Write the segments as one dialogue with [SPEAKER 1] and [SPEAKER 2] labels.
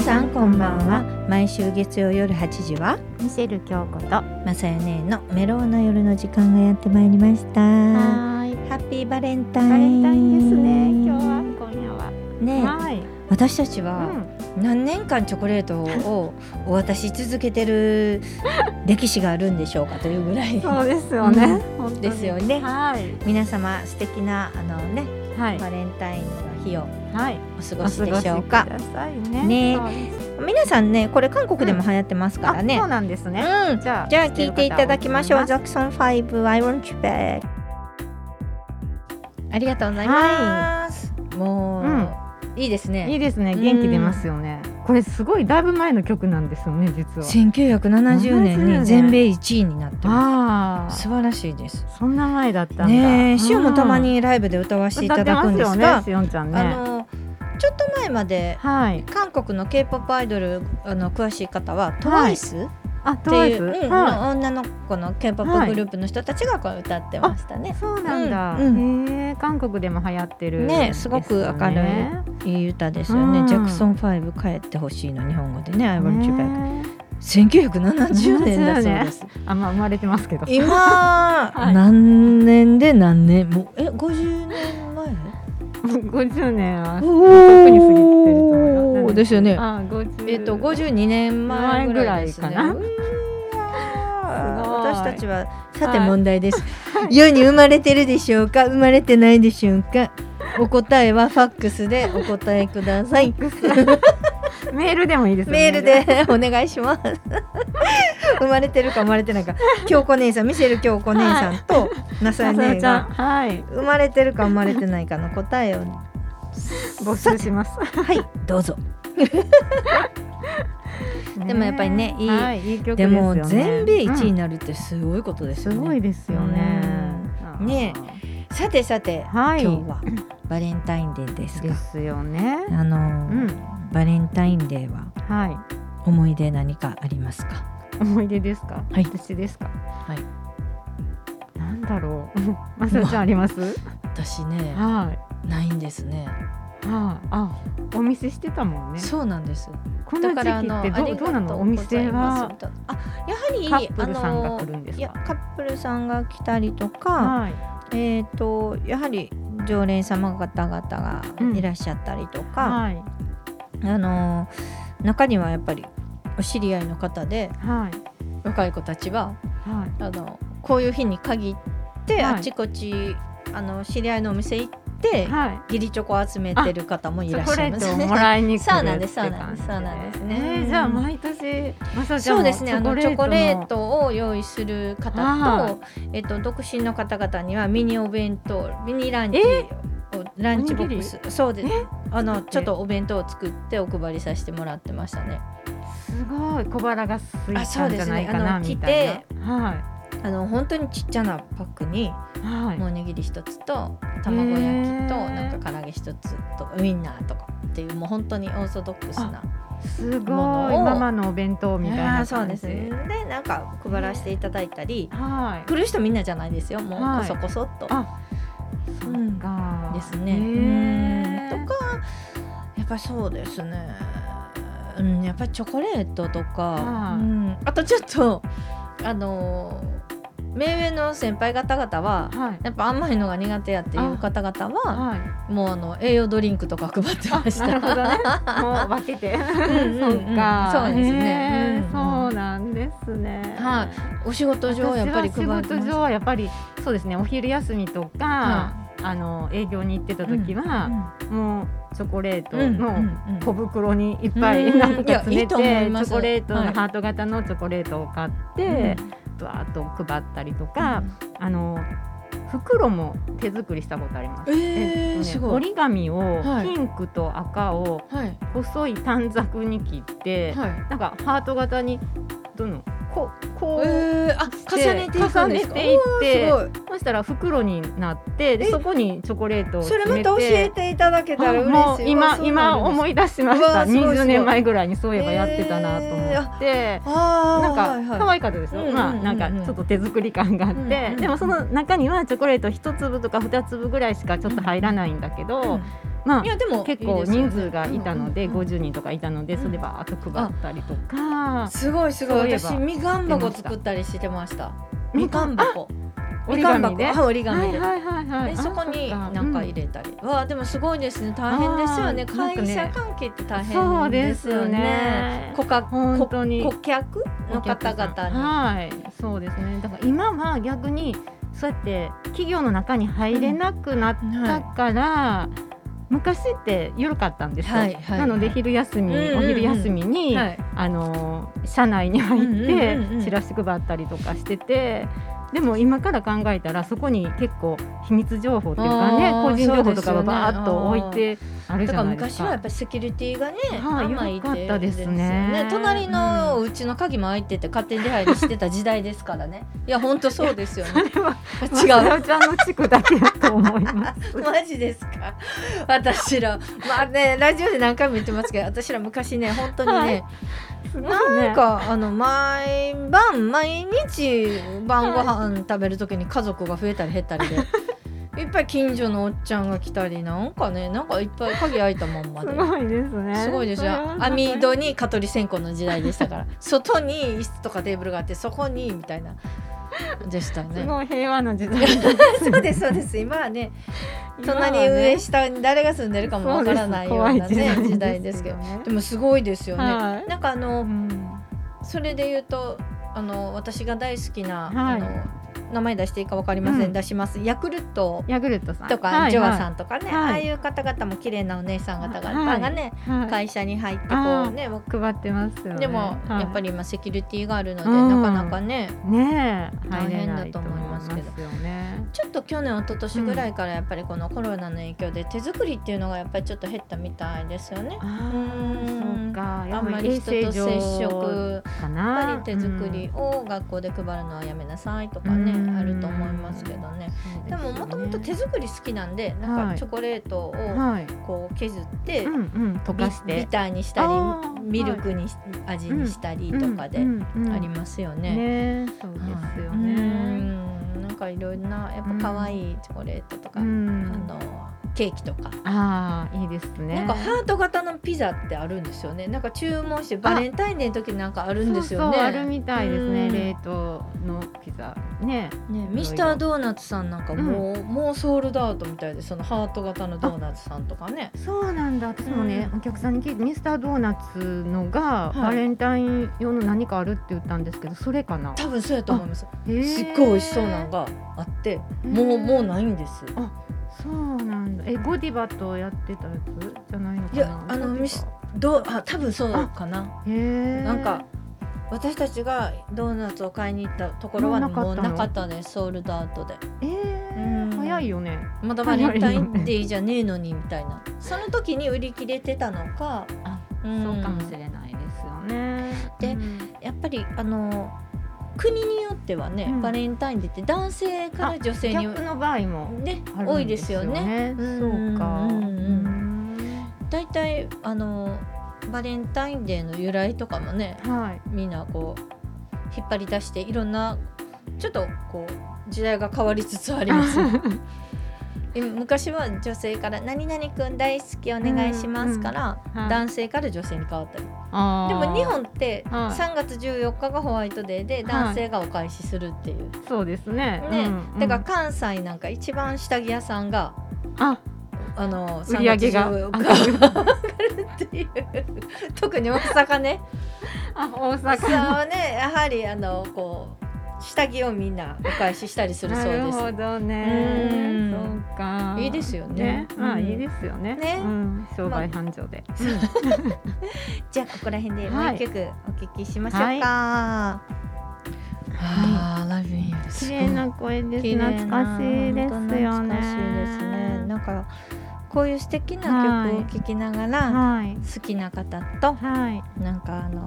[SPEAKER 1] さんこんばんは毎週月曜夜8時は
[SPEAKER 2] ミシェル京子と。は
[SPEAKER 1] まさやねのメロウな夜の時間がやってまいりましたハ
[SPEAKER 2] ーい。
[SPEAKER 1] ッピーバレンタイン
[SPEAKER 2] バレンタインですね。今日は今夜は。
[SPEAKER 1] ね
[SPEAKER 2] はい。
[SPEAKER 1] 私たち
[SPEAKER 2] う
[SPEAKER 1] は
[SPEAKER 2] ん。
[SPEAKER 1] 何年間チョコレートをお渡し続けて る歴史があるんでしょうかというぐらい
[SPEAKER 2] そうですよね。
[SPEAKER 1] うん
[SPEAKER 2] 本当に
[SPEAKER 1] ですよね
[SPEAKER 2] はい。
[SPEAKER 1] 皆様素敵なあのね
[SPEAKER 2] はい。
[SPEAKER 1] バレンタインの日を
[SPEAKER 2] はい。
[SPEAKER 1] お過ごしでしょうか
[SPEAKER 2] お過ごしくださいね。
[SPEAKER 1] ね
[SPEAKER 2] そうです
[SPEAKER 1] 皆さんねこれ韓国でも流行ってますから
[SPEAKER 2] あ
[SPEAKER 1] ね
[SPEAKER 2] そうなんですね。
[SPEAKER 1] うん
[SPEAKER 2] じゃあ
[SPEAKER 1] じゃあ聞いていただきましょう。
[SPEAKER 2] 知って
[SPEAKER 1] ザ
[SPEAKER 2] る
[SPEAKER 1] クソン5 I want you back。ありがとうございます。もう、いいです
[SPEAKER 2] 方もいい
[SPEAKER 1] ね。
[SPEAKER 2] ですね。元気出ますよね。これすごいだいぶ前の曲なんですよね。実は。
[SPEAKER 1] 1970年に全米1位になってま
[SPEAKER 2] あ
[SPEAKER 1] す。
[SPEAKER 2] あ。
[SPEAKER 1] 素晴らしいです。
[SPEAKER 2] そんな前だったんだ。
[SPEAKER 1] ね
[SPEAKER 2] う
[SPEAKER 1] え、
[SPEAKER 2] ん
[SPEAKER 1] シオもたまにライブで歌わせていただくんです
[SPEAKER 2] 歌
[SPEAKER 1] が、
[SPEAKER 2] ってますよね。しおんちゃん
[SPEAKER 1] あ
[SPEAKER 2] ね。
[SPEAKER 1] のちょっと前まで
[SPEAKER 2] はい。
[SPEAKER 1] 韓国の K-POP アイドルあの詳しい方は TWICE っ
[SPEAKER 2] あ、
[SPEAKER 1] て
[SPEAKER 2] トワイ
[SPEAKER 1] いう、
[SPEAKER 2] ズ。
[SPEAKER 1] うん
[SPEAKER 2] はい
[SPEAKER 1] 女の子の K-POP グループの人たちがこう歌ってましたね。
[SPEAKER 2] そうなんだ。
[SPEAKER 1] うん
[SPEAKER 2] へえ、韓国でも流行ってる、
[SPEAKER 1] ねすごく明るいいい歌ですよ
[SPEAKER 2] うん
[SPEAKER 1] ね。ジャクソン5帰ってほしいの日本語でね。I
[SPEAKER 2] い
[SPEAKER 1] want you
[SPEAKER 2] ね
[SPEAKER 1] back。1970年だそう です。
[SPEAKER 2] あ、まあ生まれてますけど。
[SPEAKER 1] 今、
[SPEAKER 2] い
[SPEAKER 1] 何年で何年もうえ50年前？
[SPEAKER 2] 50年は
[SPEAKER 1] お
[SPEAKER 2] 特に過ぎてると思います。
[SPEAKER 1] ですよね。
[SPEAKER 2] あ、50。
[SPEAKER 1] えっと52年前ぐらいですね。
[SPEAKER 2] 前ぐらいかな
[SPEAKER 1] うわー
[SPEAKER 2] すごい
[SPEAKER 1] 私たちはさて問題です。世に生まれてるでしょうか？生まれてないでしょうか？お答えはファックスでお答えください。
[SPEAKER 2] メールでもいいですよ
[SPEAKER 1] メール。でお願いします。 生まれてるか生まれてないか、京子姉さん、ミシェル京子姉さんと、なさ
[SPEAKER 2] さ
[SPEAKER 1] や姉
[SPEAKER 2] さち
[SPEAKER 1] が。
[SPEAKER 2] ゃん、はい、
[SPEAKER 1] 生まれてるか生まれてないかの答えを、
[SPEAKER 2] 募集します。
[SPEAKER 1] はい、どうぞ。 でもやっぱりねいい
[SPEAKER 2] はい、いい曲です
[SPEAKER 1] で
[SPEAKER 2] よね。
[SPEAKER 1] も、全米一位に
[SPEAKER 2] うん
[SPEAKER 1] なるってすごいことです
[SPEAKER 2] す
[SPEAKER 1] よね。
[SPEAKER 2] ごいですよね
[SPEAKER 1] う。んねさてさて、
[SPEAKER 2] はい
[SPEAKER 1] 今日はバレンタインデーです
[SPEAKER 2] で
[SPEAKER 1] が、
[SPEAKER 2] すよね。
[SPEAKER 1] あのー、
[SPEAKER 2] うん、
[SPEAKER 1] バレンタインデーは
[SPEAKER 2] はい。
[SPEAKER 1] 思い出何かありますか？
[SPEAKER 2] 思い出ですか、
[SPEAKER 1] はい
[SPEAKER 2] 私ですか
[SPEAKER 1] はい
[SPEAKER 2] なんだろう まさちゃんありますはい
[SPEAKER 1] 私ね
[SPEAKER 2] はい
[SPEAKER 1] ないんですね。
[SPEAKER 2] あお店してたもんね
[SPEAKER 1] そうなんです。
[SPEAKER 2] この
[SPEAKER 1] だか
[SPEAKER 2] 時
[SPEAKER 1] らあ
[SPEAKER 2] 期
[SPEAKER 1] の
[SPEAKER 2] ってどうどうなのお店は
[SPEAKER 1] あやはり
[SPEAKER 2] カップルさんが来るんで
[SPEAKER 1] あの
[SPEAKER 2] す
[SPEAKER 1] いや
[SPEAKER 2] か
[SPEAKER 1] カップルさんが来たりとか、
[SPEAKER 2] はい
[SPEAKER 1] えっ、とやはり常連様方々がいらっしゃったりとか、
[SPEAKER 2] はい
[SPEAKER 1] あの中にはやっぱりお知り合いの方で
[SPEAKER 2] はい
[SPEAKER 1] 若い子たちは
[SPEAKER 2] はい
[SPEAKER 1] あのこういう日に限って、
[SPEAKER 2] はい
[SPEAKER 1] あちこちあの知り合いのお店行って、
[SPEAKER 2] は
[SPEAKER 1] 義理チョコ集めてる方も
[SPEAKER 2] い
[SPEAKER 1] い
[SPEAKER 2] チ
[SPEAKER 1] ら
[SPEAKER 2] ョ
[SPEAKER 1] っ
[SPEAKER 2] コ
[SPEAKER 1] しゃ
[SPEAKER 2] レ
[SPEAKER 1] いま
[SPEAKER 2] ー
[SPEAKER 1] す
[SPEAKER 2] トを
[SPEAKER 1] ね。
[SPEAKER 2] もらいに来る
[SPEAKER 1] そうなんですそうなんです
[SPEAKER 2] っ
[SPEAKER 1] そ
[SPEAKER 2] て感じ
[SPEAKER 1] うなんですね
[SPEAKER 2] えーじゃあ毎年まさちゃん
[SPEAKER 1] そう
[SPEAKER 2] も
[SPEAKER 1] ですね。あのチョコレートを用意する方
[SPEAKER 2] は
[SPEAKER 1] と、えっと独身の方々にはミニお弁当、ミニランチ
[SPEAKER 2] え
[SPEAKER 1] をランチボックス、そうです
[SPEAKER 2] え。
[SPEAKER 1] あの
[SPEAKER 2] 作って
[SPEAKER 1] ちょっとお弁当を作ってお配りさせてもらってましたね。
[SPEAKER 2] すごい小腹が空いたんじゃないか
[SPEAKER 1] あ
[SPEAKER 2] な
[SPEAKER 1] そうですねあの
[SPEAKER 2] みたいなは
[SPEAKER 1] あの本当にちっちゃなパックに、
[SPEAKER 2] いはい
[SPEAKER 1] もうおにぎり一つと卵焼きと
[SPEAKER 2] へー
[SPEAKER 1] なんか唐揚げ一つとウインナーとかっていうもう本当にオーソドックスな。
[SPEAKER 2] すごい
[SPEAKER 1] ものを
[SPEAKER 2] ママのお弁当みたいな
[SPEAKER 1] あ
[SPEAKER 2] 感
[SPEAKER 1] ー
[SPEAKER 2] じ
[SPEAKER 1] そうですね。でなんか配らせていただいたり、
[SPEAKER 2] はい
[SPEAKER 1] 来る人みんなじゃないですよ。もう
[SPEAKER 2] は
[SPEAKER 1] こ
[SPEAKER 2] い
[SPEAKER 1] そこそっと。
[SPEAKER 2] あそっか
[SPEAKER 1] ですね。うんと
[SPEAKER 2] か
[SPEAKER 1] かやっぱそうですね。うん、やっぱりチョコレートとか、
[SPEAKER 2] はい
[SPEAKER 1] うん、あとちょっとあのー目上の先輩方々は
[SPEAKER 2] はい
[SPEAKER 1] やっぱ甘いのが苦手やっていう方々は
[SPEAKER 2] はい
[SPEAKER 1] もうあの栄養ドリンクとか配ってまし
[SPEAKER 2] なるほ
[SPEAKER 1] た。
[SPEAKER 2] どねもう分けて
[SPEAKER 1] んうんうん
[SPEAKER 2] そっか
[SPEAKER 1] そうですねう
[SPEAKER 2] へー
[SPEAKER 1] んうん
[SPEAKER 2] そうなんですね
[SPEAKER 1] はいお仕事
[SPEAKER 2] 私
[SPEAKER 1] 上はやっぱ
[SPEAKER 2] は
[SPEAKER 1] り
[SPEAKER 2] 仕
[SPEAKER 1] 配ってまし
[SPEAKER 2] 事上
[SPEAKER 1] た。
[SPEAKER 2] はやっぱりそうですねお昼休みとかあの営業に行ってた時はもうチョコレートの小袋にいっぱ
[SPEAKER 1] う
[SPEAKER 2] い
[SPEAKER 1] ん
[SPEAKER 2] なんか詰めて、
[SPEAKER 1] いやいいと思い
[SPEAKER 2] チ
[SPEAKER 1] ます
[SPEAKER 2] ョコレート
[SPEAKER 1] は
[SPEAKER 2] の
[SPEAKER 1] い
[SPEAKER 2] ハート型のチョコレートを買って、ぶわーっと配ったりとか、あの袋も手作りしたことあります。
[SPEAKER 1] え
[SPEAKER 2] えっと
[SPEAKER 1] えー、
[SPEAKER 2] ね
[SPEAKER 1] すごい。
[SPEAKER 2] 折り紙を
[SPEAKER 1] はい
[SPEAKER 2] ピンクと赤を
[SPEAKER 1] はい
[SPEAKER 2] 細い短冊に切って、
[SPEAKER 1] はい。
[SPEAKER 2] なんかハート型にどのここう、
[SPEAKER 1] えー、あ
[SPEAKER 2] して
[SPEAKER 1] 重ねていくんですか。
[SPEAKER 2] 重ねていって
[SPEAKER 1] おーすごい。
[SPEAKER 2] そしたら袋になってで
[SPEAKER 1] え
[SPEAKER 2] そこにチョコレートを
[SPEAKER 1] それ
[SPEAKER 2] 詰
[SPEAKER 1] また
[SPEAKER 2] めて
[SPEAKER 1] 教えていただけたら嬉しい。
[SPEAKER 2] もう今今
[SPEAKER 1] い
[SPEAKER 2] 思い出しまし
[SPEAKER 1] うわ
[SPEAKER 2] た
[SPEAKER 1] ーすごいすごい
[SPEAKER 2] 20年前ぐらいにそういえばやってたなと思って、な
[SPEAKER 1] なん
[SPEAKER 2] か可愛かったですよ、
[SPEAKER 1] うんうんうんうん
[SPEAKER 2] まあなんかちょっと手作り感があって、
[SPEAKER 1] うんうんうん
[SPEAKER 2] でもその中にはチョコレート一粒とか二粒ぐらいしかちょっと入らないんだけど、まあ
[SPEAKER 1] いやでも
[SPEAKER 2] 結構
[SPEAKER 1] いいですよ
[SPEAKER 2] 人
[SPEAKER 1] ね
[SPEAKER 2] 数がいたので、
[SPEAKER 1] うんうんうん
[SPEAKER 2] 50人とかいたので、そればーっと配ったりとか、
[SPEAKER 1] すごいすご
[SPEAKER 2] そう
[SPEAKER 1] い
[SPEAKER 2] いえば
[SPEAKER 1] 私みかん箱作ったりしてましたみ
[SPEAKER 2] み
[SPEAKER 1] か
[SPEAKER 2] か
[SPEAKER 1] ん
[SPEAKER 2] ん
[SPEAKER 1] 箱み
[SPEAKER 2] 折り
[SPEAKER 1] かん
[SPEAKER 2] 紙
[SPEAKER 1] 箱
[SPEAKER 2] で。
[SPEAKER 1] あ折り紙で、
[SPEAKER 2] はいはいはいはい。
[SPEAKER 1] でそこに
[SPEAKER 2] あ
[SPEAKER 1] なんか入れたり、わあでもすごいですね大変ですよね
[SPEAKER 2] あーなんか
[SPEAKER 1] 会
[SPEAKER 2] ね
[SPEAKER 1] 社関係って大
[SPEAKER 2] そ
[SPEAKER 1] 変
[SPEAKER 2] う
[SPEAKER 1] で
[SPEAKER 2] ですす
[SPEAKER 1] よ
[SPEAKER 2] よ
[SPEAKER 1] ね
[SPEAKER 2] ね
[SPEAKER 1] 顧客
[SPEAKER 2] 本当に
[SPEAKER 1] 顧客の方々に
[SPEAKER 2] はい、そうですね。だから今は逆にそうやって企業の中に入れなくなったから、昔って緩かったんですよ。
[SPEAKER 1] はいはい
[SPEAKER 2] なので昼休み、
[SPEAKER 1] うんうんうん
[SPEAKER 2] お昼休みに、
[SPEAKER 1] はい
[SPEAKER 2] あの社内に入って、
[SPEAKER 1] うんうんうんうん
[SPEAKER 2] チラシ配ったりとかしてて。でも今から考えたらそこに結構秘密情報っていうかね
[SPEAKER 1] あー
[SPEAKER 2] 個人情報と
[SPEAKER 1] そ
[SPEAKER 2] か
[SPEAKER 1] うですよ
[SPEAKER 2] が
[SPEAKER 1] ね
[SPEAKER 2] バーっと置いてある
[SPEAKER 1] だ
[SPEAKER 2] じ
[SPEAKER 1] か
[SPEAKER 2] ゃ
[SPEAKER 1] ら
[SPEAKER 2] ないです
[SPEAKER 1] 昔はや
[SPEAKER 2] か
[SPEAKER 1] っ。ぱりセキュリティがね、
[SPEAKER 2] はい
[SPEAKER 1] 甘い
[SPEAKER 2] よかったですね
[SPEAKER 1] 隣のうちの鍵も開いてて勝手に出入りしてた時代ですからね。いや本当そうです よね。
[SPEAKER 2] それは
[SPEAKER 1] 違う。
[SPEAKER 2] う。ちゃんの地区だけだと思います。
[SPEAKER 1] マジですか私らまあねラジオで何回も言ってますけど私ら昔ね本当にね、
[SPEAKER 2] はいすごいね
[SPEAKER 1] なんかあの毎晩毎日晩ご飯食べる時に家族が増えたり減ったり で。いっぱい近所のおっちゃんが来たりなんかねなんかいっぱい鍵開いたまんますで
[SPEAKER 2] ごいですね。
[SPEAKER 1] すごいです
[SPEAKER 2] それ
[SPEAKER 1] よ
[SPEAKER 2] は
[SPEAKER 1] 網戸に蚊取り線香の時代でしたから 外に椅子とかテーブルがあってそこにみたいなでした
[SPEAKER 2] す
[SPEAKER 1] ね
[SPEAKER 2] ごい平和な時代。
[SPEAKER 1] そうですそうです今はね 隣
[SPEAKER 2] 今は
[SPEAKER 1] 上
[SPEAKER 2] ね
[SPEAKER 1] 下に誰が住んでるかもわからないような
[SPEAKER 2] そうです
[SPEAKER 1] ね
[SPEAKER 2] 怖い
[SPEAKER 1] 時代ですけど
[SPEAKER 2] よね
[SPEAKER 1] でもすごいですよね、
[SPEAKER 2] はい
[SPEAKER 1] なんかあ
[SPEAKER 2] う
[SPEAKER 1] の
[SPEAKER 2] ん
[SPEAKER 1] それで言うとあの私が大好きな、
[SPEAKER 2] はい
[SPEAKER 1] あの名前出していいかわかりません、
[SPEAKER 2] うん
[SPEAKER 1] 出しますヤクルト
[SPEAKER 2] ヤグルトさん
[SPEAKER 1] とか、
[SPEAKER 2] はい
[SPEAKER 1] ジョア
[SPEAKER 2] ん
[SPEAKER 1] さんとかね、
[SPEAKER 2] はい
[SPEAKER 1] ああいう方々も綺麗なお姉さん方々がね、
[SPEAKER 2] はい
[SPEAKER 1] 会社に入ってこ
[SPEAKER 2] あ
[SPEAKER 1] う
[SPEAKER 2] ー
[SPEAKER 1] ね
[SPEAKER 2] 配ってますよね。
[SPEAKER 1] でも、
[SPEAKER 2] は
[SPEAKER 1] や
[SPEAKER 2] い
[SPEAKER 1] っぱり今セキュリティがあるので、
[SPEAKER 2] うん
[SPEAKER 1] なかなかね
[SPEAKER 2] ねえ
[SPEAKER 1] 大
[SPEAKER 2] 入れ
[SPEAKER 1] 変だ
[SPEAKER 2] ない
[SPEAKER 1] と
[SPEAKER 2] と
[SPEAKER 1] 思
[SPEAKER 2] 思
[SPEAKER 1] い
[SPEAKER 2] い
[SPEAKER 1] ま
[SPEAKER 2] ますす
[SPEAKER 1] け
[SPEAKER 2] け
[SPEAKER 1] ど
[SPEAKER 2] どね。
[SPEAKER 1] ちょっと去年一昨年ぐらいからやっぱりこのコロナの影響で手作りっていうのがやっぱりちょっと減ったみたいですよね。
[SPEAKER 2] あ
[SPEAKER 1] ー
[SPEAKER 2] ーそうか。
[SPEAKER 1] あ
[SPEAKER 2] や
[SPEAKER 1] ん
[SPEAKER 2] っ
[SPEAKER 1] ま
[SPEAKER 2] ぱ
[SPEAKER 1] り
[SPEAKER 2] り
[SPEAKER 1] 人と接触
[SPEAKER 2] か
[SPEAKER 1] やっ
[SPEAKER 2] な。
[SPEAKER 1] ぱり手作りを学校で配るのはやめなさいとかね、
[SPEAKER 2] うん
[SPEAKER 1] あると思いますけどね
[SPEAKER 2] うん。
[SPEAKER 1] でももともと手
[SPEAKER 2] 作
[SPEAKER 1] 作り好きなんでなん
[SPEAKER 2] は
[SPEAKER 1] か
[SPEAKER 2] い
[SPEAKER 1] チョコレートを
[SPEAKER 2] はい。
[SPEAKER 1] こう削って、
[SPEAKER 2] うんうん溶かし
[SPEAKER 1] ビビ
[SPEAKER 2] て
[SPEAKER 1] ターにしたり
[SPEAKER 2] あー
[SPEAKER 1] ミルクにし、味にしたりとかであり
[SPEAKER 2] ま
[SPEAKER 1] ますよね。
[SPEAKER 2] ね。そうですよ
[SPEAKER 1] う
[SPEAKER 2] ね。
[SPEAKER 1] んなんかいろんなやっぱ可愛いチョコレートとか、あ
[SPEAKER 2] ん
[SPEAKER 1] のケーキとか、
[SPEAKER 2] ああいいですね。
[SPEAKER 1] なんかハート型のピザってあるんですよねなんか注文してバレンタインデーの時になんかあるんですよね
[SPEAKER 2] そうそうあるみたいですね、
[SPEAKER 1] うん
[SPEAKER 2] 冷凍のピザね。
[SPEAKER 1] ねミスタードーナツさんなんかもう、もうソールドアウトみたいでそのハート型のドーナツさんとかね
[SPEAKER 2] そうなんだ私もね、
[SPEAKER 1] う
[SPEAKER 2] お客さんに聞いてミスタードーナツのが、
[SPEAKER 1] はい
[SPEAKER 2] バレンタイン用の何かあるって言ったんですけどそれかな、
[SPEAKER 1] 多分そうやと思います
[SPEAKER 2] へー
[SPEAKER 1] すっごい美味しそうなのがあってもうもうないんです
[SPEAKER 2] そうなんだえゴディバとやってたやつじゃないのかない
[SPEAKER 1] やあの
[SPEAKER 2] ゴディバ
[SPEAKER 1] ミスどうあ多分そうかな
[SPEAKER 2] へー
[SPEAKER 1] なんか私たちがドーナツを買いに行ったところは
[SPEAKER 2] もうなか
[SPEAKER 1] もう
[SPEAKER 2] ったの
[SPEAKER 1] なかったねソールドアウトで
[SPEAKER 2] えー
[SPEAKER 1] うん
[SPEAKER 2] 早いよね
[SPEAKER 1] まだバレンタインデーじゃねえのにみたいなその時に売り切れてたのか
[SPEAKER 2] あ
[SPEAKER 1] うん
[SPEAKER 2] そうかもしれないですよね
[SPEAKER 1] で
[SPEAKER 2] うん
[SPEAKER 1] やっぱりあの国によってはね、
[SPEAKER 2] うん
[SPEAKER 1] バレンタインデーって男性から女性に
[SPEAKER 2] 逆の場合も
[SPEAKER 1] ね
[SPEAKER 2] あるん
[SPEAKER 1] 多いですよね。
[SPEAKER 2] です
[SPEAKER 1] う
[SPEAKER 2] よ
[SPEAKER 1] ん
[SPEAKER 2] ねそうか。
[SPEAKER 1] うん
[SPEAKER 2] うん
[SPEAKER 1] だいたいあのバレンタインデーの由来とかもね
[SPEAKER 2] はい。
[SPEAKER 1] みんなこう引っ張り出していろんなちょっとこう時代が変わりつつあります。今昔は女性から「何々くん大好きお願いします」から、
[SPEAKER 2] うんはい
[SPEAKER 1] 男性から女性に変わったり
[SPEAKER 2] あ
[SPEAKER 1] で
[SPEAKER 2] ー
[SPEAKER 1] も日本って
[SPEAKER 2] はい
[SPEAKER 1] 3月14日がホワイトデーで男性がお返しするっていう、
[SPEAKER 2] そうですね。
[SPEAKER 1] ね
[SPEAKER 2] うん
[SPEAKER 1] だから関西なんか一番下着屋さんが
[SPEAKER 2] うんあ
[SPEAKER 1] あの
[SPEAKER 2] 売り上げ
[SPEAKER 1] 3
[SPEAKER 2] が上
[SPEAKER 1] 月14日
[SPEAKER 2] がる。
[SPEAKER 1] っていう 特に大阪ね
[SPEAKER 2] あ大
[SPEAKER 1] 大阪
[SPEAKER 2] 阪。
[SPEAKER 1] はねやはりあのこう下着をみんなお返ししたりするそう
[SPEAKER 2] なる
[SPEAKER 1] です。
[SPEAKER 2] ほど
[SPEAKER 1] うん
[SPEAKER 2] ね。そうか。
[SPEAKER 1] いいですよね
[SPEAKER 2] まあ
[SPEAKER 1] うん
[SPEAKER 2] いいですよね。
[SPEAKER 1] ね
[SPEAKER 2] うん商売繁盛で。
[SPEAKER 1] じゃあここら辺でもう一曲お聞きしましょうか。
[SPEAKER 2] はい
[SPEAKER 1] あーライブいいです
[SPEAKER 2] 綺麗な声です。
[SPEAKER 1] 綺麗
[SPEAKER 2] 懐かしいですよね。
[SPEAKER 1] 本当懐かしいですね。なんかこういう素敵な曲を聴きながら、
[SPEAKER 2] はい
[SPEAKER 1] 好きな方と
[SPEAKER 2] はい。
[SPEAKER 1] なんかあの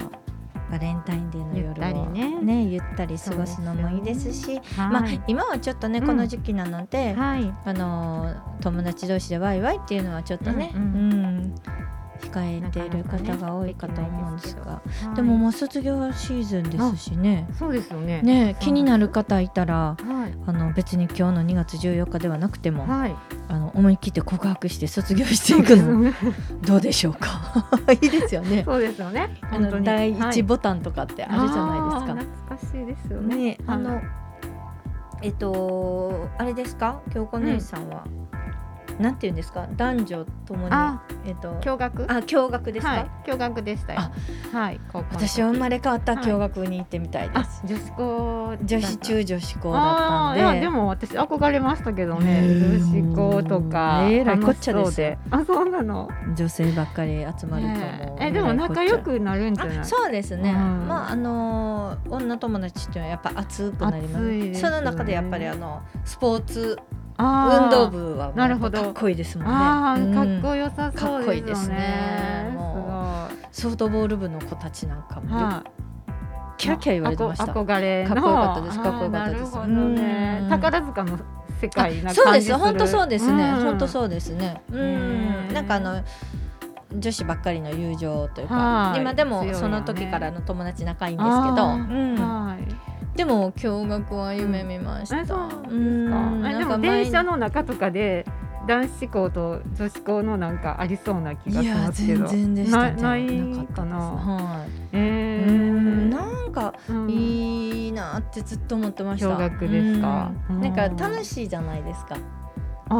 [SPEAKER 1] バレンタインデーの夜を
[SPEAKER 2] ゆったりね
[SPEAKER 1] ゆったり過ごすのもいいですしまあ
[SPEAKER 2] はい
[SPEAKER 1] 今はちょっとね
[SPEAKER 2] うん
[SPEAKER 1] この時期なので、
[SPEAKER 2] はい。
[SPEAKER 1] あのー友達同士でワイワイっていうのはちょっとね、う
[SPEAKER 2] うんん
[SPEAKER 1] うん控えている方が多いかと思うんですが、
[SPEAKER 2] はい
[SPEAKER 1] でももう卒業シーズンですしね
[SPEAKER 2] そうですよね。
[SPEAKER 1] ね気になる方いたら
[SPEAKER 2] はい。
[SPEAKER 1] あの別に今日の2月14日ではなくても、
[SPEAKER 2] はい。
[SPEAKER 1] あの思い切って告白して卒業していくの どうでしょうか いいですよね
[SPEAKER 2] そうですよね。
[SPEAKER 1] あの第一
[SPEAKER 2] ボ
[SPEAKER 1] ボタンとかってあるじゃないですか。
[SPEAKER 2] 懐かしいですよね。
[SPEAKER 1] ね、
[SPEAKER 2] はい
[SPEAKER 1] あの、えっと、あれですか、京子姉さんは。なんて言うんですか、男女ともに、
[SPEAKER 2] あ、
[SPEAKER 1] えっと、
[SPEAKER 2] 驚愕。
[SPEAKER 1] あ、共学ですか。
[SPEAKER 2] はい。驚愕でしたよ
[SPEAKER 1] あ。
[SPEAKER 2] はい。高校の時
[SPEAKER 1] 私は生まれ変わった
[SPEAKER 2] はい
[SPEAKER 1] 共学に行ってみたいで
[SPEAKER 2] あ
[SPEAKER 1] す。、
[SPEAKER 2] 女子校だった。
[SPEAKER 1] 女子中女子校だった
[SPEAKER 2] あ
[SPEAKER 1] ん
[SPEAKER 2] ー
[SPEAKER 1] で。
[SPEAKER 2] いやでも私憧れましたけど
[SPEAKER 1] へ
[SPEAKER 2] ね
[SPEAKER 1] ー
[SPEAKER 2] 女子校とか
[SPEAKER 1] えらいこ
[SPEAKER 2] 楽
[SPEAKER 1] っ
[SPEAKER 2] し
[SPEAKER 1] ちゃ
[SPEAKER 2] そう
[SPEAKER 1] ですよ
[SPEAKER 2] あそうなの
[SPEAKER 1] 女性ばっかり集まると思う。
[SPEAKER 2] ええでも仲良。くなるんじゃない
[SPEAKER 1] あそうですね、
[SPEAKER 2] うん
[SPEAKER 1] まああのー女友達っていうのはやっぱ熱くなります
[SPEAKER 2] 熱いです
[SPEAKER 1] そ
[SPEAKER 2] よね
[SPEAKER 1] の中でやっぱりあのスポーツ
[SPEAKER 2] あー
[SPEAKER 1] 運動部はもう
[SPEAKER 2] なるほど
[SPEAKER 1] かっこいいですもんね
[SPEAKER 2] あ
[SPEAKER 1] う
[SPEAKER 2] ー
[SPEAKER 1] ん
[SPEAKER 2] かっこよさそ
[SPEAKER 1] か
[SPEAKER 2] うですよね、
[SPEAKER 1] っこいいですねもソフトボール部の子たちなんか
[SPEAKER 2] すごい
[SPEAKER 1] も、
[SPEAKER 2] は
[SPEAKER 1] キャーキャー言われてました
[SPEAKER 2] あこ憧れの
[SPEAKER 1] かっこよかったです
[SPEAKER 2] あー
[SPEAKER 1] かっこよかったです
[SPEAKER 2] なるほどね
[SPEAKER 1] うん
[SPEAKER 2] 宝塚の世
[SPEAKER 1] あ
[SPEAKER 2] 界な感じする
[SPEAKER 1] そうです本当そうですね、
[SPEAKER 2] ん
[SPEAKER 1] 本当そうですねう
[SPEAKER 2] ね
[SPEAKER 1] ん
[SPEAKER 2] え
[SPEAKER 1] なんかあの女子ばっかりの友情というか
[SPEAKER 2] はい
[SPEAKER 1] 今で
[SPEAKER 2] 強
[SPEAKER 1] も
[SPEAKER 2] いよね
[SPEAKER 1] その時からの友達仲いいんですけど、
[SPEAKER 2] あ
[SPEAKER 1] う
[SPEAKER 2] ー
[SPEAKER 1] ん、
[SPEAKER 2] はい
[SPEAKER 1] でも驚愕は夢見ました、
[SPEAKER 2] えそうなんですか
[SPEAKER 1] うん
[SPEAKER 2] え
[SPEAKER 1] な
[SPEAKER 2] で
[SPEAKER 1] んか
[SPEAKER 2] も
[SPEAKER 1] 前
[SPEAKER 2] 電
[SPEAKER 1] に
[SPEAKER 2] 車の中とかで男子校と女子校のなんかありそうな気が
[SPEAKER 1] い
[SPEAKER 2] し
[SPEAKER 1] や
[SPEAKER 2] ますけど
[SPEAKER 1] 全然でしたね
[SPEAKER 2] ない
[SPEAKER 1] か
[SPEAKER 2] な
[SPEAKER 1] っ
[SPEAKER 2] い
[SPEAKER 1] た
[SPEAKER 2] かな
[SPEAKER 1] はい、
[SPEAKER 2] え
[SPEAKER 1] う
[SPEAKER 2] ー
[SPEAKER 1] んなんか
[SPEAKER 2] うん
[SPEAKER 1] いいなってずっと思ってました。
[SPEAKER 2] 驚愕ですか
[SPEAKER 1] うん
[SPEAKER 2] うん
[SPEAKER 1] なんか楽しいじゃないですか。
[SPEAKER 2] ああ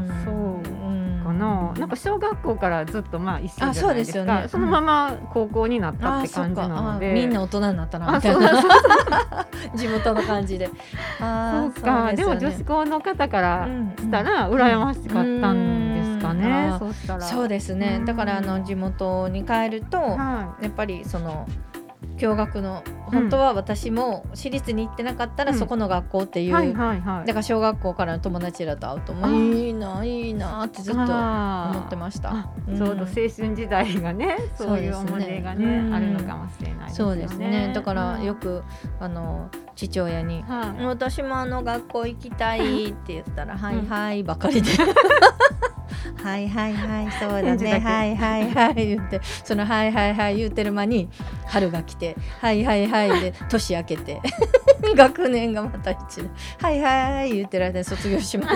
[SPEAKER 1] ん
[SPEAKER 2] そう
[SPEAKER 1] うん
[SPEAKER 2] かな、なんか小学校からずっとまあ一緒
[SPEAKER 1] あ
[SPEAKER 2] じ
[SPEAKER 1] そ
[SPEAKER 2] ゃ
[SPEAKER 1] う
[SPEAKER 2] ない
[SPEAKER 1] で
[SPEAKER 2] ですす
[SPEAKER 1] よ
[SPEAKER 2] か
[SPEAKER 1] ね
[SPEAKER 2] そのまま高校になった
[SPEAKER 1] あー
[SPEAKER 2] って
[SPEAKER 1] そっ
[SPEAKER 2] 感じ
[SPEAKER 1] か
[SPEAKER 2] なの
[SPEAKER 1] あ
[SPEAKER 2] で
[SPEAKER 1] ーみんな大人になったな
[SPEAKER 2] あ
[SPEAKER 1] みた
[SPEAKER 2] そ
[SPEAKER 1] いう
[SPEAKER 2] そう
[SPEAKER 1] な
[SPEAKER 2] そ う
[SPEAKER 1] 地元の感じで。あー
[SPEAKER 2] そうかで,、も
[SPEAKER 1] すよ
[SPEAKER 2] 女
[SPEAKER 1] ね
[SPEAKER 2] 子校の方から
[SPEAKER 1] うん
[SPEAKER 2] したら羨ましかったんですか
[SPEAKER 1] うん
[SPEAKER 2] ね
[SPEAKER 1] あー
[SPEAKER 2] そうしたら
[SPEAKER 1] そうですね。だからあ
[SPEAKER 2] う
[SPEAKER 1] の地元に帰ると、
[SPEAKER 2] は
[SPEAKER 1] やっぱりその共学の本当は私も私立に行ってなかったら
[SPEAKER 2] うん
[SPEAKER 1] そこの学校って
[SPEAKER 2] い
[SPEAKER 1] いう。
[SPEAKER 2] はいはいはい
[SPEAKER 1] だから小学校からの友達らと会うとも
[SPEAKER 2] あ
[SPEAKER 1] う
[SPEAKER 2] ー
[SPEAKER 1] いいないいなってずっと
[SPEAKER 2] あー
[SPEAKER 1] 思ってました
[SPEAKER 2] あ。ちょうど青
[SPEAKER 1] ん
[SPEAKER 2] 春時代がね、そういう
[SPEAKER 1] そうですね
[SPEAKER 2] 思い出
[SPEAKER 1] う
[SPEAKER 2] がね
[SPEAKER 1] ん
[SPEAKER 2] あるのかもしれないですよね。
[SPEAKER 1] そうですね。だからよく、あの父親に
[SPEAKER 2] うん、は
[SPEAKER 1] 私もあの学校行きたいって言ったら「はいはい」ばかりで「 はいはいはいそうだ
[SPEAKER 2] 返事だ
[SPEAKER 1] ね
[SPEAKER 2] け
[SPEAKER 1] はいはいはい」言ってその「はいはいはい」言ってる間に春が来て「はいはいはい」で年明けて 学年がまた一年「はいはい」言ってる間に卒業し ます。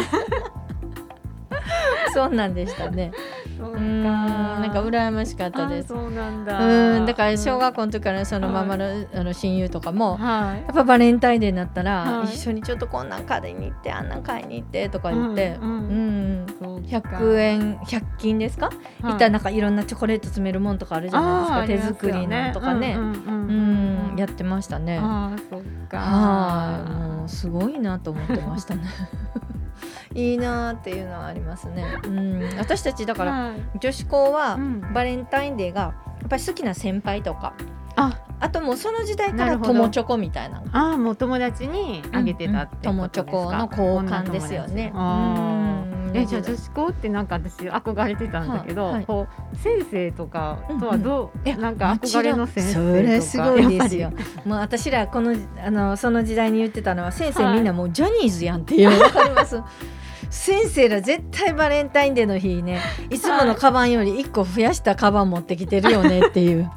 [SPEAKER 1] そうなんでしたね。
[SPEAKER 2] い、そう
[SPEAKER 1] う
[SPEAKER 2] か、
[SPEAKER 1] ん、なんか羨ましかったで
[SPEAKER 2] あ
[SPEAKER 1] す。
[SPEAKER 2] そうなんだ。
[SPEAKER 1] うん、だから小学校の時からそのままの、あの親友とかも、
[SPEAKER 2] はい
[SPEAKER 1] やっぱバレンタインデーになったら、
[SPEAKER 2] はい
[SPEAKER 1] 一緒にちょっとこんなん買いに行ってあんなん買いに行ってとか言って、う
[SPEAKER 2] うんん
[SPEAKER 1] う
[SPEAKER 2] うんんそうか
[SPEAKER 1] 100円100均ですか、
[SPEAKER 2] はい
[SPEAKER 1] い、ったらなんかいろんなチョコレート詰めるもんとかあるじゃ
[SPEAKER 2] あー
[SPEAKER 1] な
[SPEAKER 2] あ
[SPEAKER 1] いで
[SPEAKER 2] り
[SPEAKER 1] す
[SPEAKER 2] ま
[SPEAKER 1] か
[SPEAKER 2] す
[SPEAKER 1] 手作り
[SPEAKER 2] よね
[SPEAKER 1] のとかね
[SPEAKER 2] う
[SPEAKER 1] うん
[SPEAKER 2] んうんうん
[SPEAKER 1] やってましたね
[SPEAKER 2] ああそうか。
[SPEAKER 1] はいもうすごいなと思ってました ねいいなっていうのはありますね、うん、私たちだから
[SPEAKER 2] はい
[SPEAKER 1] 女子校は
[SPEAKER 2] うん
[SPEAKER 1] バレンタインデーがやっぱり好きな先輩とか
[SPEAKER 2] あ
[SPEAKER 1] あともうその時代か
[SPEAKER 2] な
[SPEAKER 1] ら
[SPEAKER 2] るほど
[SPEAKER 1] 友チョコみたいなの
[SPEAKER 2] あーもう友達にあげてたって
[SPEAKER 1] う
[SPEAKER 2] ことですか。
[SPEAKER 1] ん友チョコの交換ですよね
[SPEAKER 2] 女友達あー
[SPEAKER 1] うん
[SPEAKER 2] えじゃあ女子校ってなんか私憧れてたんだけど、
[SPEAKER 1] はいはい
[SPEAKER 2] こう先生とかとはど
[SPEAKER 1] う
[SPEAKER 2] う、
[SPEAKER 1] んうんいや
[SPEAKER 2] なんか憧れの先生とか
[SPEAKER 1] それすごいですよ
[SPEAKER 2] やっぱり。
[SPEAKER 1] もう私らこのあのその時代に言ってたのは先生
[SPEAKER 2] はい
[SPEAKER 1] みんなもうジャニーズやんって いうわかります先生ら絶対バレンタインデーの日ねいつものカバンより1個増やしたカバン持ってきてるよねっていう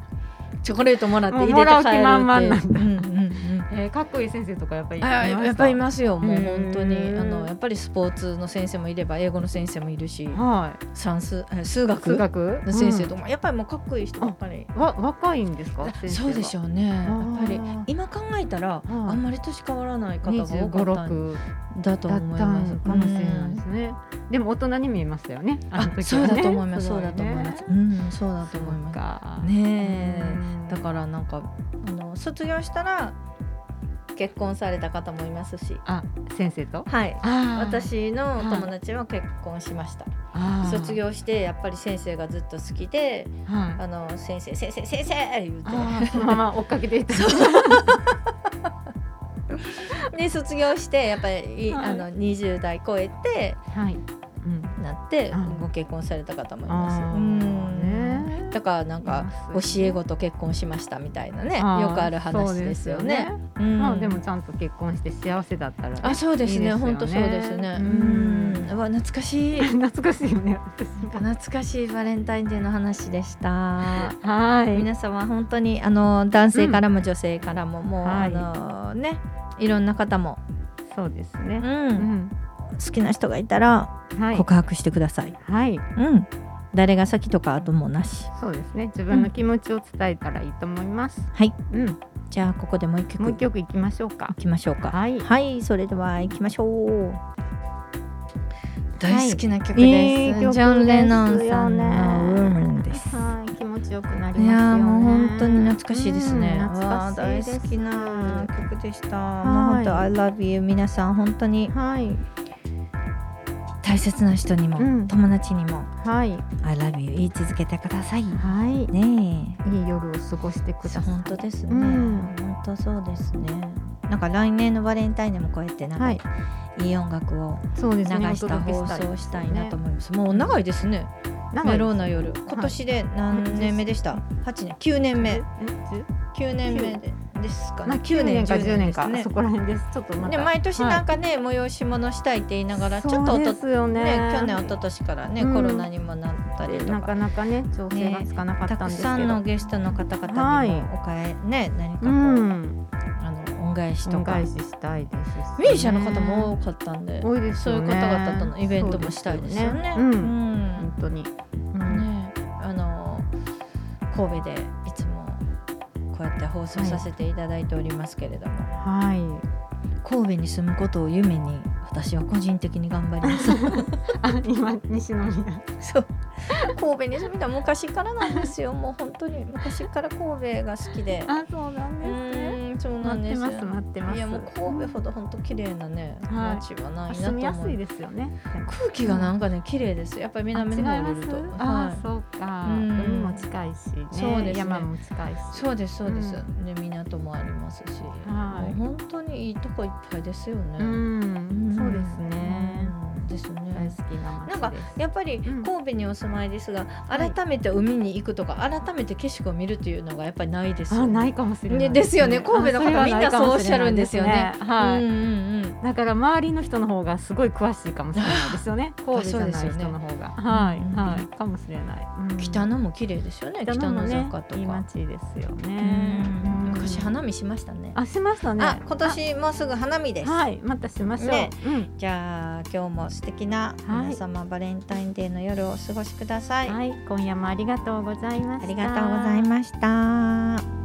[SPEAKER 1] チョコレートもらって入れて帰るっていう
[SPEAKER 2] もうもらう気満々なん
[SPEAKER 1] うんうんうん
[SPEAKER 2] えーかっこいい先生とかやっぱりいま
[SPEAKER 1] あ
[SPEAKER 2] した
[SPEAKER 1] やっぱりいますよもう
[SPEAKER 2] へー
[SPEAKER 1] 本当にあのやっぱりスポーツの先生もいれば英語の先生もいるし
[SPEAKER 2] はい
[SPEAKER 1] 算数え数学
[SPEAKER 2] 数学
[SPEAKER 1] の先生とか、やっぱりもうかっこいい人ばっかり
[SPEAKER 2] うんわ若いんですか先生
[SPEAKER 1] そ
[SPEAKER 2] は
[SPEAKER 1] うでしょうねやっぱり
[SPEAKER 2] あー
[SPEAKER 1] 今考えたら、
[SPEAKER 2] い
[SPEAKER 1] あんまり年変わらない方が多
[SPEAKER 2] 25、
[SPEAKER 1] かったん
[SPEAKER 2] 6
[SPEAKER 1] だと
[SPEAKER 2] だっ
[SPEAKER 1] 思い
[SPEAKER 2] た
[SPEAKER 1] ます
[SPEAKER 2] のかもしれないですね。でも大人に見えましたよね。
[SPEAKER 1] あ
[SPEAKER 2] の時はね
[SPEAKER 1] そうだと思います
[SPEAKER 2] ご
[SPEAKER 1] そう
[SPEAKER 2] ね
[SPEAKER 1] だと思いますうんそうだと思い
[SPEAKER 2] そう
[SPEAKER 1] ま
[SPEAKER 2] か
[SPEAKER 1] すねえ
[SPEAKER 2] うん
[SPEAKER 1] だからなんかあの卒業したら結婚された方もいますし
[SPEAKER 2] あ先生と
[SPEAKER 1] はい
[SPEAKER 2] あ
[SPEAKER 1] 私の友達は結婚しました、卒業してやっぱり先生がずっと好きで「
[SPEAKER 2] はい
[SPEAKER 1] あの先生先生先生!」言うて
[SPEAKER 2] あーそのまま追っかけていった
[SPEAKER 1] で卒業してやっぱり、い
[SPEAKER 2] はい
[SPEAKER 1] あの20代超えて
[SPEAKER 2] はい、うん、
[SPEAKER 1] なって
[SPEAKER 2] うん
[SPEAKER 1] ご結婚された方もいます。
[SPEAKER 2] あ
[SPEAKER 1] う
[SPEAKER 2] ー
[SPEAKER 1] ん
[SPEAKER 2] ね
[SPEAKER 1] だからなんか教え子と結婚しましたみたいなね
[SPEAKER 2] あー
[SPEAKER 1] よくある話ですよね。
[SPEAKER 2] そうですよ
[SPEAKER 1] うん
[SPEAKER 2] まあでもちゃんと結婚して幸せだったらね、
[SPEAKER 1] あそうです
[SPEAKER 2] いいです
[SPEAKER 1] ね
[SPEAKER 2] よね
[SPEAKER 1] 本当そうですね。う
[SPEAKER 2] うん
[SPEAKER 1] んうわ懐かしい
[SPEAKER 2] 懐かしいよね。
[SPEAKER 1] 懐かしいバレンタインデーの話でした。
[SPEAKER 2] はい。
[SPEAKER 1] 皆様本当にあの男性からも女性からも、もう、
[SPEAKER 2] はい
[SPEAKER 1] あのねいろんな方も、
[SPEAKER 2] そうです
[SPEAKER 1] う、
[SPEAKER 2] ね。うんん。
[SPEAKER 1] 好きな人がいたら
[SPEAKER 2] はい。
[SPEAKER 1] 告白してください。
[SPEAKER 2] はい。
[SPEAKER 1] うん誰が先とかあともうなし。
[SPEAKER 2] そうですね。自分の気持ちを伝えたらいいと思います。
[SPEAKER 1] はい。
[SPEAKER 2] うん。
[SPEAKER 1] じゃあここでもう一曲
[SPEAKER 2] もう一
[SPEAKER 1] い
[SPEAKER 2] 曲いきましょうか。
[SPEAKER 1] きましょうか。
[SPEAKER 2] はい。
[SPEAKER 1] はい、それでは行きましょう。
[SPEAKER 2] 大好き
[SPEAKER 1] な曲
[SPEAKER 2] ですジャンレノンさんの
[SPEAKER 1] ンですよね
[SPEAKER 2] はい。気持ちよくなりますよ
[SPEAKER 1] い
[SPEAKER 2] ね。
[SPEAKER 1] やーもう本当に懐かしいですね。
[SPEAKER 2] うん懐かしいです
[SPEAKER 1] わー大好きな曲でした。もう
[SPEAKER 2] は
[SPEAKER 1] 本
[SPEAKER 2] い
[SPEAKER 1] 当 I love you 皆さん本当に
[SPEAKER 2] はい。
[SPEAKER 1] 大切な人にも、
[SPEAKER 2] うん
[SPEAKER 1] 友達にも
[SPEAKER 2] はい。
[SPEAKER 1] I love you 言い続けてください。ね
[SPEAKER 2] はい。
[SPEAKER 1] え。
[SPEAKER 2] いい夜を過ごしてください。
[SPEAKER 1] 本当ですね、
[SPEAKER 2] うん
[SPEAKER 1] 本当そうですねなんか来年のバレンタインでもこうやってなんか、
[SPEAKER 2] はいい、
[SPEAKER 1] い音楽を
[SPEAKER 2] そうで
[SPEAKER 1] 流
[SPEAKER 2] すね。
[SPEAKER 1] した放送したいなと思います、もう長いですね
[SPEAKER 2] なん
[SPEAKER 1] メ
[SPEAKER 2] か
[SPEAKER 1] ローな夜今年で何年目でした、八年九年目九年目でですか
[SPEAKER 2] まあ
[SPEAKER 1] ね
[SPEAKER 2] 9年か10年か、
[SPEAKER 1] です
[SPEAKER 2] そ
[SPEAKER 1] ね
[SPEAKER 2] こら辺です。ちょっとまた。
[SPEAKER 1] で毎年なん
[SPEAKER 2] か
[SPEAKER 1] かね、催し物したいって言いながらちょっとおと
[SPEAKER 2] ですよね
[SPEAKER 1] ね去年一昨年からね、
[SPEAKER 2] うん
[SPEAKER 1] コロナにもなったりと
[SPEAKER 2] な
[SPEAKER 1] か
[SPEAKER 2] かなかね調整がつかなかったたん
[SPEAKER 1] く
[SPEAKER 2] ですけど、
[SPEAKER 1] さんのゲストの方々にもおかえ、ね何かこ
[SPEAKER 2] う
[SPEAKER 1] う、
[SPEAKER 2] ん
[SPEAKER 1] あの恩返しと
[SPEAKER 2] 恩
[SPEAKER 1] か
[SPEAKER 2] 返ししたいですしね、
[SPEAKER 1] ミュージシャンの方も多かったんで、
[SPEAKER 2] 多いです
[SPEAKER 1] そうい
[SPEAKER 2] よ
[SPEAKER 1] う
[SPEAKER 2] ね
[SPEAKER 1] 方々とのイベントもしたいですよね。
[SPEAKER 2] そうですよ
[SPEAKER 1] ん
[SPEAKER 2] ね本当に、うん
[SPEAKER 1] ねあの神戸でいつもこうやって放送させていただいておりますけれども、
[SPEAKER 2] はい
[SPEAKER 1] 神戸に住むことを夢に私は個人的に頑張り ます。
[SPEAKER 2] あ今西宮
[SPEAKER 1] そう神戸に住みた昔からなんですよ。もう本当に昔から神戸が好きで。
[SPEAKER 2] あそうなん
[SPEAKER 1] うーんそうなんですよ
[SPEAKER 2] 待ってます待ってます
[SPEAKER 1] いやもう神戸ほど本当綺麗なね、
[SPEAKER 2] はい
[SPEAKER 1] 街はないなと
[SPEAKER 2] 住
[SPEAKER 1] 思
[SPEAKER 2] みやす
[SPEAKER 1] う
[SPEAKER 2] いですよね
[SPEAKER 1] 空気がなんかね綺麗ですやっぱり南
[SPEAKER 2] 違い
[SPEAKER 1] の方
[SPEAKER 2] ま
[SPEAKER 1] を見る
[SPEAKER 2] す
[SPEAKER 1] と、
[SPEAKER 2] あ
[SPEAKER 1] は
[SPEAKER 2] そうか、
[SPEAKER 1] うん
[SPEAKER 2] 海も近いし、ね
[SPEAKER 1] そうですね
[SPEAKER 2] 山も近いし
[SPEAKER 1] い、そうですそうです、
[SPEAKER 2] う
[SPEAKER 1] ね港もありますし、
[SPEAKER 2] はい
[SPEAKER 1] もう本当にいいとこいっぱいですよね、
[SPEAKER 2] う
[SPEAKER 1] うん
[SPEAKER 2] んそうですね、
[SPEAKER 1] うんです
[SPEAKER 2] 大
[SPEAKER 1] ね
[SPEAKER 2] 好き
[SPEAKER 1] な
[SPEAKER 2] な
[SPEAKER 1] ん
[SPEAKER 2] 街
[SPEAKER 1] か
[SPEAKER 2] です
[SPEAKER 1] やっぱり
[SPEAKER 2] うん
[SPEAKER 1] 神戸にお住まいですが、
[SPEAKER 2] はい
[SPEAKER 1] 改めて海に行くとか改めて景色を見るというのがやっぱりないですよ
[SPEAKER 2] あ
[SPEAKER 1] ね
[SPEAKER 2] ないかもしれない
[SPEAKER 1] ねですよね
[SPEAKER 2] あ
[SPEAKER 1] 神戸の方
[SPEAKER 2] それは
[SPEAKER 1] みんなそうおっしゃるんですよね
[SPEAKER 2] いかもしれないですねはい、
[SPEAKER 1] うんうんうん
[SPEAKER 2] だから周りの人の方がすごい詳しいかもしれないですよね。神戸じゃない人の方が、はい
[SPEAKER 1] うん
[SPEAKER 2] はいかもしれない。うん
[SPEAKER 1] 北野も綺麗ですよね北
[SPEAKER 2] 北野も
[SPEAKER 1] 野
[SPEAKER 2] ね
[SPEAKER 1] 坂と
[SPEAKER 2] いい
[SPEAKER 1] か、
[SPEAKER 2] 街ですよ
[SPEAKER 1] う
[SPEAKER 2] ね。
[SPEAKER 1] ん
[SPEAKER 2] うん
[SPEAKER 1] 昔花見しましたね
[SPEAKER 2] あしましたね。
[SPEAKER 1] あ今年もうすぐ花見です
[SPEAKER 2] あはいまたしましょう。
[SPEAKER 1] ね
[SPEAKER 2] うん
[SPEAKER 1] じゃあ今日も素敵な
[SPEAKER 2] はい
[SPEAKER 1] 皆様、バレンタインデーの夜をお過ごしください、
[SPEAKER 2] はい今夜もありがとうございました。
[SPEAKER 1] ありがとうございました。